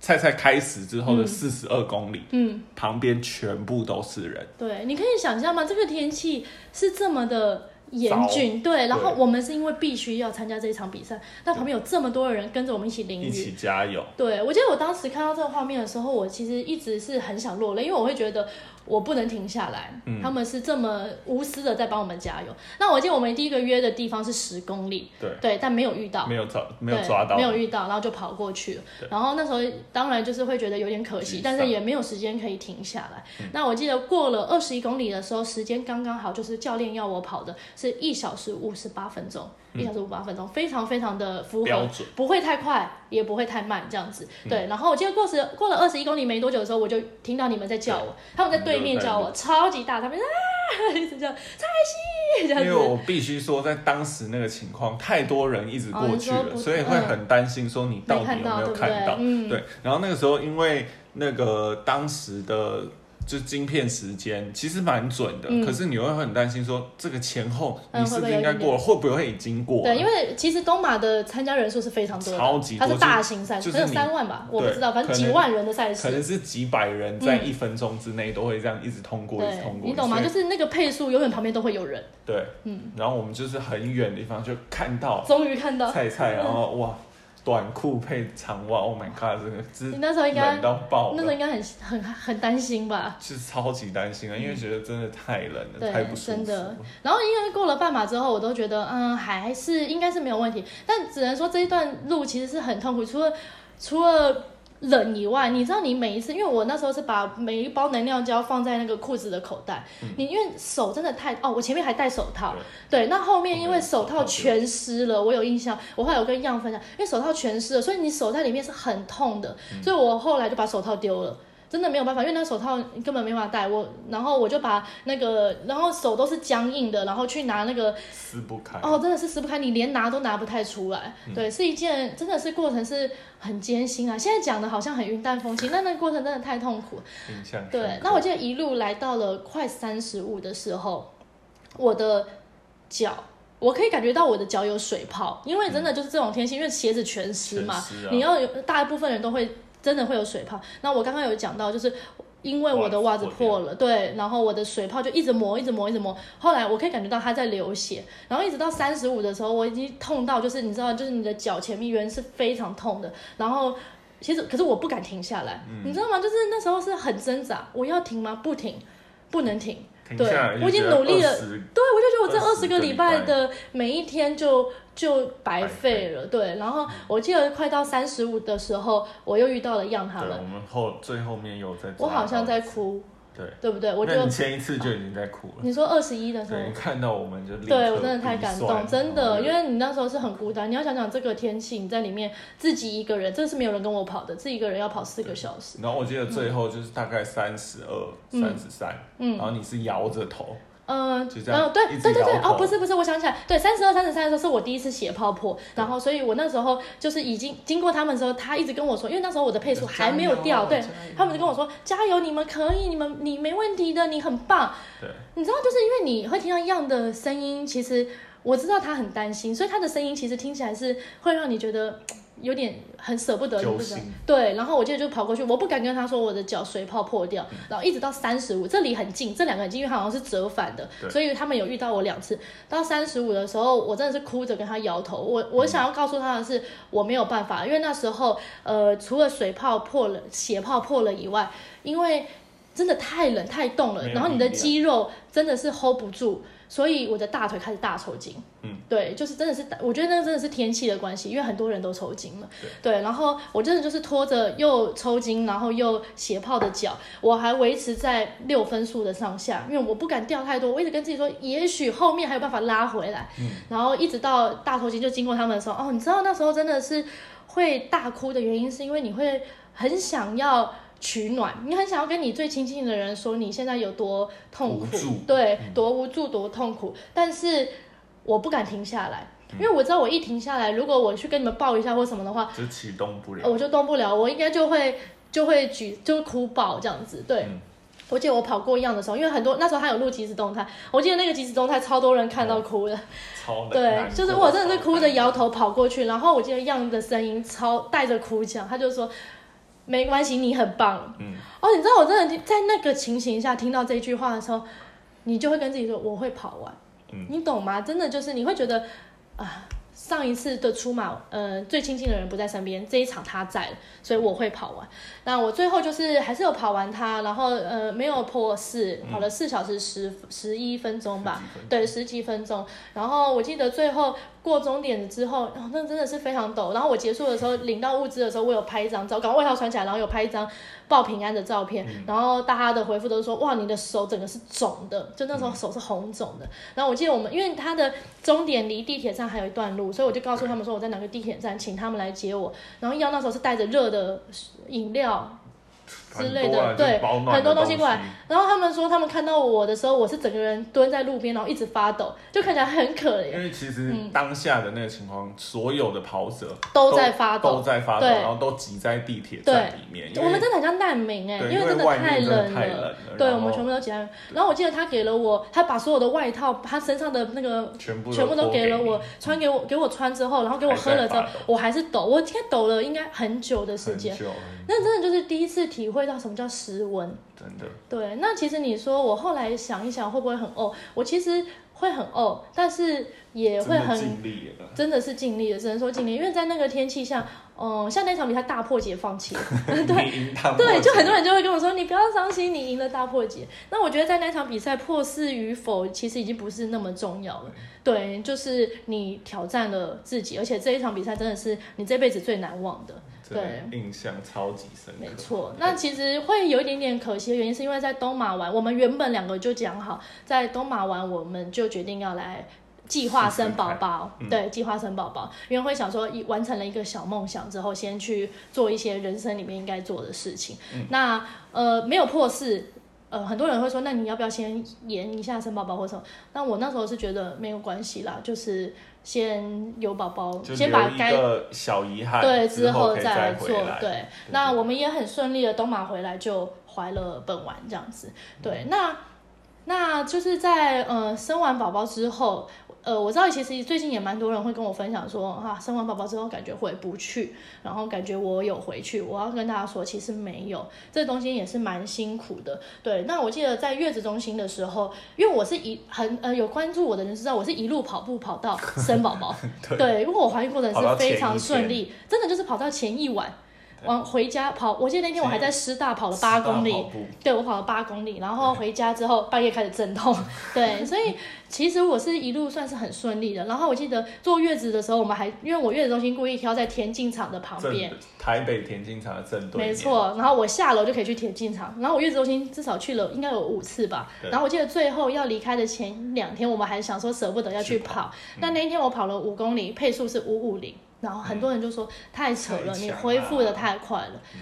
菜菜开始之后的嗯四十二公里，嗯，旁边全部都是人。对，你可以想象吗？这个天气是这么的。严峻对，然后对我们是因为必须要参加这一场比赛，那旁边有这么多的人跟着我们一起淋一雨，起加油，对，我记得我当时看到这个画面的时候，我其实一直是很想落泪，因为我会觉得我不能停下来，嗯他们是这么无私的在帮我们加油。那我记得我们第一个约的地方是十公里，对，对，但没有遇到没。有抓，没对，有抓到，没有遇到，然后就跑过去了。然后那时候当然就是会觉得有点可沮惜丧，嗯但是也没有时间可以停下来。那我记得过了二十一公里的时候，时间刚刚好，就是教练要我跑的是一小时五十八分钟，一小时五十八分钟，非常非常的符标合准，不会太快，也不会太慢，这样子。嗯对，然后我记得过时过了二十一公里没多久的时候，我就听到你们在叫嗯我，他们在对面叫我，超级大，他们啊一直叫蔡西这样因为子。我必须说，在当时那个情况，太多人一直过去哦你了，说不所以会很担心说你到底有没有没看到看到。对不对嗯对，然后那个时候因为那个当时的。就晶片时间其实蛮准的，嗯可是你会很担心说这个前后嗯你是不是应该过了，会不会已经过了？对，因为其实东马的参加人数是非常多的，超级多它是大型赛就是事，可能你有三万吧，我不对知道，反正可能几万人的赛可事。能是几百人在一分钟之内都会这样一直通过，一直对通，过。你懂吗？所以就是那个配速，永远旁边都会有人。对，嗯。然后我们就是很远的地方就看到终于看到，菜菜，然嗯后哇，短裤配长袜，Oh my god，这个真你那时候应该冷到爆那时候了，应该很很很担心吧？是超级担心啊，因为觉得真的太冷了，嗯对太不舒服了。真的然后因为过了半马之后，我都觉得嗯，还是应该是没有问题，但只能说这一段路其实是很痛苦，除了除了。冷以外，你知道你每一次，因为我那时候是把每一包能量胶放在那个裤子的口袋，你因为手真的太哦，我前面还戴手套，嗯对，那后面因为手套全湿了，我有印象，我后来有跟样分享，因为手套全湿了，所以你手在里面是很痛的，所以我后来就把手套丢了。真的没有办法，因为那手套根本没办法戴我，然后我就把那个，然后手都是僵硬的，然后去拿那个，撕不开。哦，真的是撕不开，你连拿都拿不太出来。对，是一件真的是过程是很艰辛啊。现在讲的好像很云淡风轻，但那个过程真的太痛苦了印象深刻对，那我记得一路来到了快三十五的时候，我的脚，我可以感觉到我的脚有水泡，因为真的就是这种天气，因为鞋子全湿嘛，全湿啊你要有大部分人都会真的会有水泡。那我刚刚有讲到，就是因为我的袜子破了，对，然后我的水泡就一直磨，一直磨，一直磨。后来我可以感觉到它在流血，然后一直到三十五的时候，我已经痛到就是你知道，就是你的脚前面原是非常痛的，然后。其实，可是我不嗯敢停下来，你知道吗？就是那时候是很挣扎，我要停吗？不停，不能停。停对下来就我已经觉得努力了20对，我就觉得我这二20十个礼拜的每一天就就白费了，对。然后我记得快到三十五的时候，我又遇到了样他对，们，我们后最后面有在抓到，我好像在哭，对，对不对？我就那你前一次就已经在哭了，你说二十一的时候对，你，看到我们就立刻对我真的太感鼻动，酸哦真然后的，就因为你那时候是很孤单，你要想想这个天气，你在里面自己一个人，这是没有人跟我跑的，自己一个人要跑四个小时，然后我记得最后就是大概三十二、三十三，嗯然后你是摇着头，嗯，就这样然后对一直对对对摇，头哦，不是不是，我想起来，对，三十二、三十三的时候是我第一次血泡破，然后所以我那时候就是已经经过他们的时候，他一直跟我说，因为那时候我的配速还没有哦掉，对他们就跟我说加油，你们可以，你们你没问题的，你很棒。对，你知道，就是因为你会听到一样的声音，其实我知道他很担心，所以他的声音其实听起来是会让你觉得嘖嗯有点很舍不得，揪你不知道心对，然后我记得就跑过去，我不敢跟他说我的脚水泡破掉，然后一直到三十五，这里很近，这两个很近，因为他好像是折返的，对所以他们有遇到我两次。到三十五的时候，我真的是哭着跟他摇头。我嗯我想要告诉他的是，我没有办法，因为那时候呃，除了水泡破了、血泡破了以外，因为真的太冷太冻了没，有然后你的力量肌肉真的是 hold 不住，所以我的大腿开始大抽筋。嗯，对，就是真的是，我觉得那真的是天气的关系，因为很多人都抽筋了。对，然后我真的就是拖着又抽筋，然后又斜泡的脚，我还维持在六分数的上下，因为我不敢掉太多，我一直跟自己说，也许后面还有办法拉回来。嗯然后一直到大头筋就经过他们的时候，哦，你知道那时候真的是会大哭的原因，是因为你会很想要。取暖，你很想要跟你最亲近的人说你现在有多痛苦无助，对，多无助，多痛苦。但是我不敢停下来，因为我知道我一停下来，如果我去跟你们抱一下或什么的话，就启动不了，我就动不了，我应该就会就会举就哭爆这样子。对，嗯我记得我跑过一样的时候，因为很多那时候他有录即时动态，我记得那个即时动态超多人看哦到哭的。超难对，难就是过我真的是哭着摇头跑过去，然后我记得样的声音超带着哭腔，他就说。没关系，你很棒。嗯，哦，你知道我真的听在那个情形下听到这句话的时候，你就会跟自己说我会跑完，嗯你懂吗？真的就是你会觉得啊，上一次的出马，呃，最亲近的人不在身边，这一场他在了，所以我会跑完。那我最后就是还是有跑完它，然后呃没有破四，跑嗯了四小时十十一分钟吧， 10分对，十几分钟。然后我记得最后过终点之后，哦，那真的是非常陡。然后我结束的时候领到物资的时候，我有拍一张照，赶快外套穿起来，然后有拍一张报平安的照片。然后大家的回复都是说，哇，你的手整个是肿的，就那时候手是红肿的。然后我记得我们因为它的终点离地铁站还有一段路，所以我就告诉他们说我在哪个地铁站，请他们来接我。然后要那时候是带着热的饮料，之类很多啊的，就是对保，暖很多的东东西过来。然后他们说，他们看到我的时候，我是整个人蹲在路边，然后一直发抖，就看起来很可因怜，为其实嗯当下的那个情况，所有的跑者都在发都抖。在发抖，对然后都挤在地铁站里面，因我为们真的很像难民哎、对因因为真的外面太真的冷太冷了了。对，然我后们全部都挤在那边。然后我记得他给了我，他把所有的外套，他身上的那个全部全部都脱给了你我，穿给我给我穿之后，然后给我喝了之后还在发抖，我还是抖，我应该抖了应该很久的时很间。久，那真的就是第一次体会到什么叫失温。真的对，那其实你说我后来想一想，会不会很呕？我其实会很呕，但是也真会的很。尽力 了。真的是尽力了，只能说尽力，因为在那个天气下，嗯、像那场比赛大破解放弃了，对，你赢他们对，就很多人就会跟我说，你不要伤心，你赢了大破解。那我觉得在那场比赛破四与否，其实已经不是那么重要了。对，就是你挑战了自己，而且这一场比赛真的是你这辈子最难忘的。对真的印象超级深刻。没错，那其实会有一点点可惜的原因，是因为在东马玩，我们原本两个就讲好，在东马玩我们就决定要来。计划生宝宝，试试看嗯对，计划生宝宝，因为会想说，一完成了一个小梦想之后，先去做一些人生里面应该做的事情。那呃，没有破四，呃，很多人会说，那你要不要先延一下生宝宝或什么？那我那时候是觉得没有关系啦，就是先有宝宝，就先把留一该个小遗憾，对，之后可以再来回做。对，那对我们也很顺利的东马回来就怀了本丸这样子。对，嗯那那就是在呃生完宝宝之后，呃，我知道其实最近也蛮多人会跟我分享说，啊，生完宝宝之后感觉回不去，然后感觉我有回去。我要跟大家说，其实没有，这东西也是蛮辛苦的。对，那我记得在月子中心的时候，因为我是一很呃有关注我的人知道，我是一路跑步 跑到生宝宝。对，因为我怀孕过程跑到是前非一常天顺利，真的就是跑到前一晚。往回家跑，我记得那天我还在师大跑了八公十大里跑，步对我跑了八公里，然后回家之后半夜开始阵痛， 对，所以其实我是一路算是很顺利的。然后我记得坐月子的时候，我们还因为我月子中心故意挑在田径场的旁边正，台北田径场的正对面，没，错，然后我下楼就可以去田径场，然后我月子中心至少去了应该有五次吧。对然后我记得最后要离开的前两天，我们还想说舍不得要去去跑，嗯但那一天我跑了五公里，配速是五五零，然后很多人就说、太扯太了，强你了恢复的嗯太快了。嗯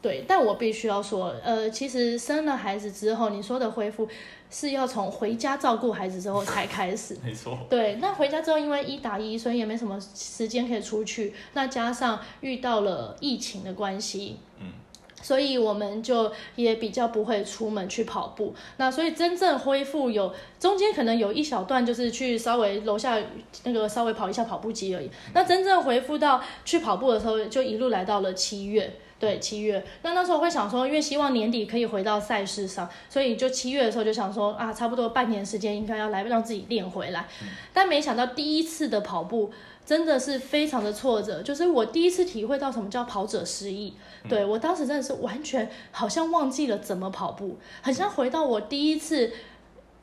对，但我必须要说，呃，其实生了孩子之后，你说的恢复是要从回家照顾孩子之后才开始。没错，对，那回家之后，因为一打一，所以也没什么时间可以出去。那加上遇到了疫情的关系，嗯，所以我们就也比较不会出门去跑步。那所以真正恢复有中间可能有一小段就是去稍微楼下那个稍微跑一下跑步机而已。那真正恢复到去跑步的时候，就一路来到了七月。对七月，那那时候会想说，因为希望年底可以回到赛事上，所以就七月的时候就想说啊，差不多半年时间应该要来让自己练回来。但没想到第一次的跑步真的是非常的挫折，就是我第一次体会到什么叫跑者失忆。对我当时真的是完全好像忘记了怎么跑步，很像回到我第一次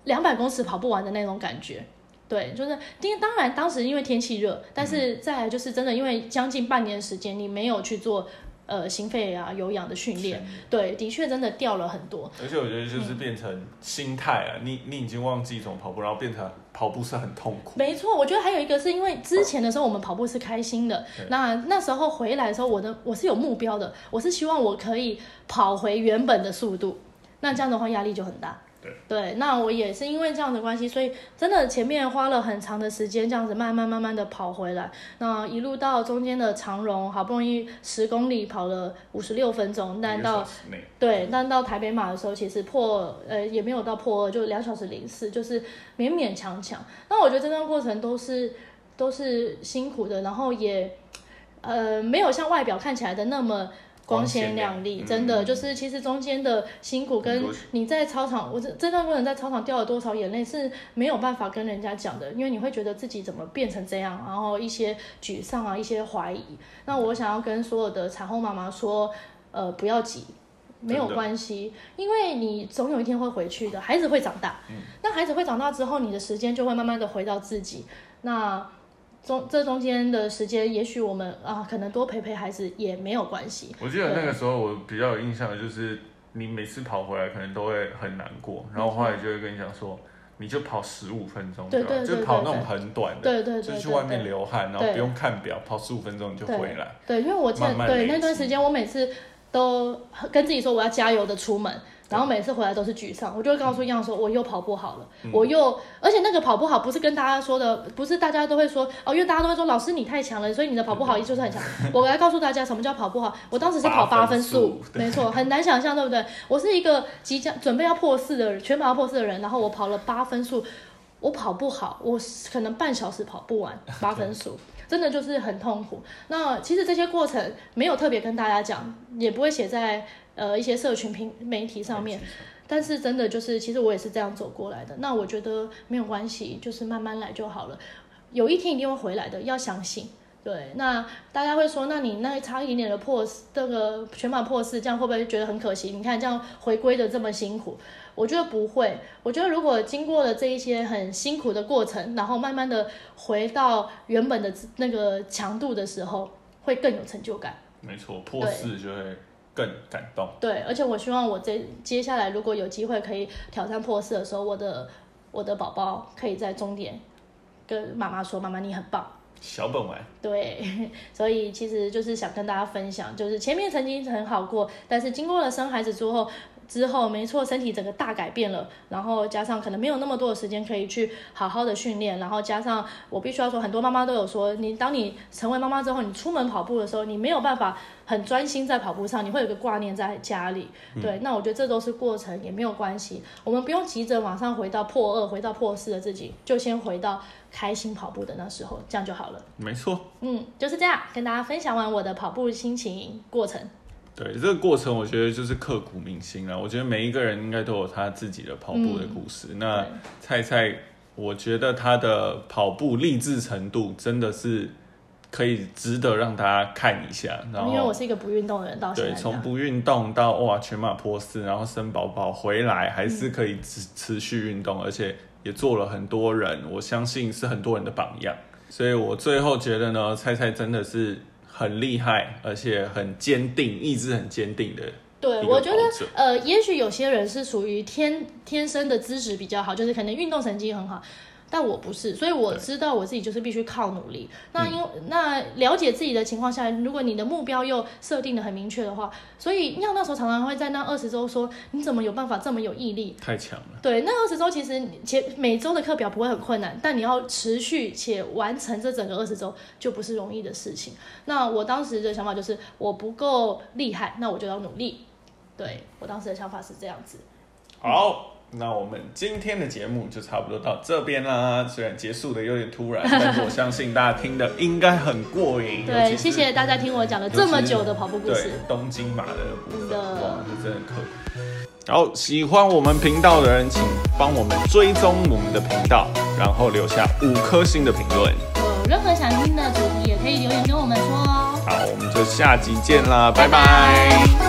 两百公尺跑步完的那种感觉。对，就是因为当然当时因为天气热，但是再来就是真的因为将近半年时间你没有去做呃心肺啊有氧的训练，对，的确真的掉了很多。而且我觉得嗯就是变成心态啊，你你已经忘记怎么跑步，然后变成跑步是很痛苦，没错，我觉得还有一个是因为之前的时候我们跑步是开心的对，那那时候回来的时候，我的我是有目标的，我是希望我可以跑回原本的速度，那这样的话压力就很大。对那我也是因为这样的关系，所以真的前面花了很长的时间，这样子慢慢慢慢的跑回来，那一路到中间的长荣，好不容易十公里跑了五十六分钟，但到一个小时内对，但到台北马的时候，其实破呃也没有到破二，就两小时零四，就是勉勉强强。那我觉得这段过程都是都是辛苦的，然后也呃没有像外表看起来的那么。光光鲜鲜亮亮丽，嗯真的、就是，其实中间的辛很苦跟多你在操场，我这这段过程在操场掉了多少眼泪是没有办法跟人家讲的，因为你会觉得自己怎么变成这样，然后一些沮丧啊，一些怀疑。那我想要跟所有的产后妈妈说，呃，不要急，没有真的关系，因为你总有一天会回去的，孩子会长大。嗯那孩子会长大之后，你的时间就会慢慢的回到自己。那中这中间的时间，也许我们啊，可能多陪陪孩子也没有关系。我记得那个时候我比较有印象的就是，你每次跑回来可能都会很难过，然后我后来就会跟你讲说，你就跑十五分钟对就好，对对就跑那种很短的，对对对就对是对，去外面流汗，然后对不用看表，跑十五分钟你就回来。对，因为我记得慢慢对累那段积时间，我每次都跟自己说我要加油的出门，然后每次回来都是沮丧，我就会告诉一样说我又跑不好了，我又而且那个跑不好不是跟大家说的，不是大家都会说哦，因为大家都会说老师你太强了，所以你的跑不好就是很强。 我来告诉大家什么叫跑不好，我当时是跑八八分分速速，没错，很难想象对不对？我是一个即将准备要破四的人，全马要破四的人，然后我跑了八分速，我跑不好，我可能半小时跑不完八分数，真的就是很痛苦。那其实这些过程没有特别跟大家讲，也不会写在呃一些社群平媒体上面，但是真的就是，其实我也是这样走过来的。那我觉得没有关系，就是慢慢来就好了。有一天一定会回来的，要相信。对，那大家会说，那你那差一点点的破四这个全马破四，这样会不会觉得很可惜？你看这样回归的这么辛苦，我觉得不会。我觉得如果经过了这一些很辛苦的过程，然后慢慢的回到原本的自那个强度的时候，会更有成就感。没错，破四就会更感动。对，而且我希望我这接下来如果有机会可以挑战破四的时候，我的我的宝宝可以在终点跟妈妈说：“妈妈，你很棒。”小本丸，对， 所以其实就是想跟大家分享，就是前面曾经很好过，但是经过了生孩子之后，之后没错，身体整个大改变了，然后加上可能没有那么多的时间可以去好好的训练，然后加上我必须要说，很多妈妈都有说，你当你成为妈妈之后，你出门跑步的时候，你没有办法很专心在跑步上，你会有一个挂念在家里。对，那我觉得这都是过程，也没有关系，我们不用急着马上回到破二、回到破四的自己，就先回到开心跑步的那时候，这样就好了。没错。嗯，就是这样，跟大家分享完我的跑步心情过程。对这个过程，我觉得就是刻骨铭心了。我觉得每一个人应该都有他自己的跑步嗯的故事。那菜菜，我觉得他的跑步励志程度真的是可以值得让大家看一下。然后因为我是一个不运动的人，到现对，在这从样不运动到哇全马破四，然后生宝宝回来还嗯是可以持持续运动，而且也做了很多人，我相信是很多人的榜样。所以我最后觉得呢，菜菜真的是很厉害，而且很坚定，意志很坚定的。对，一个我觉得跑者呃，也许有些人是属于天天生的资质比较好，就是可能运动成绩很好。但我不是，所以我对嗯知道我自己就是必须靠努力。那因、那了解自己的情况下，如果你的目标又设定的很明确的话，所以尿那时候常常会在那二十周说，你怎么有办法这么有毅力？太强了，对，那二十周其实你且每周的课表不会很困难，但你要持续且完成这整个二十周就不是容易的事情。那我当时的想法就是我不够厉害，那我就要努力。对我当时的想法是这样子。好，那我们今天的节目就差不多到这边啦。虽然结束的有点突然，但是我相信大家听的应该很过瘾。对，尤谢其是谢大家听我讲了这么久的跑步故对事。东京马的部真的分，哇，这真的可以。然后喜欢我们频道的人，请帮我们追踪我们的频道，然后留下五颗星的评论。有任何想听的主题也可以留言跟我们说哦。好，我们就下集见啦，拜拜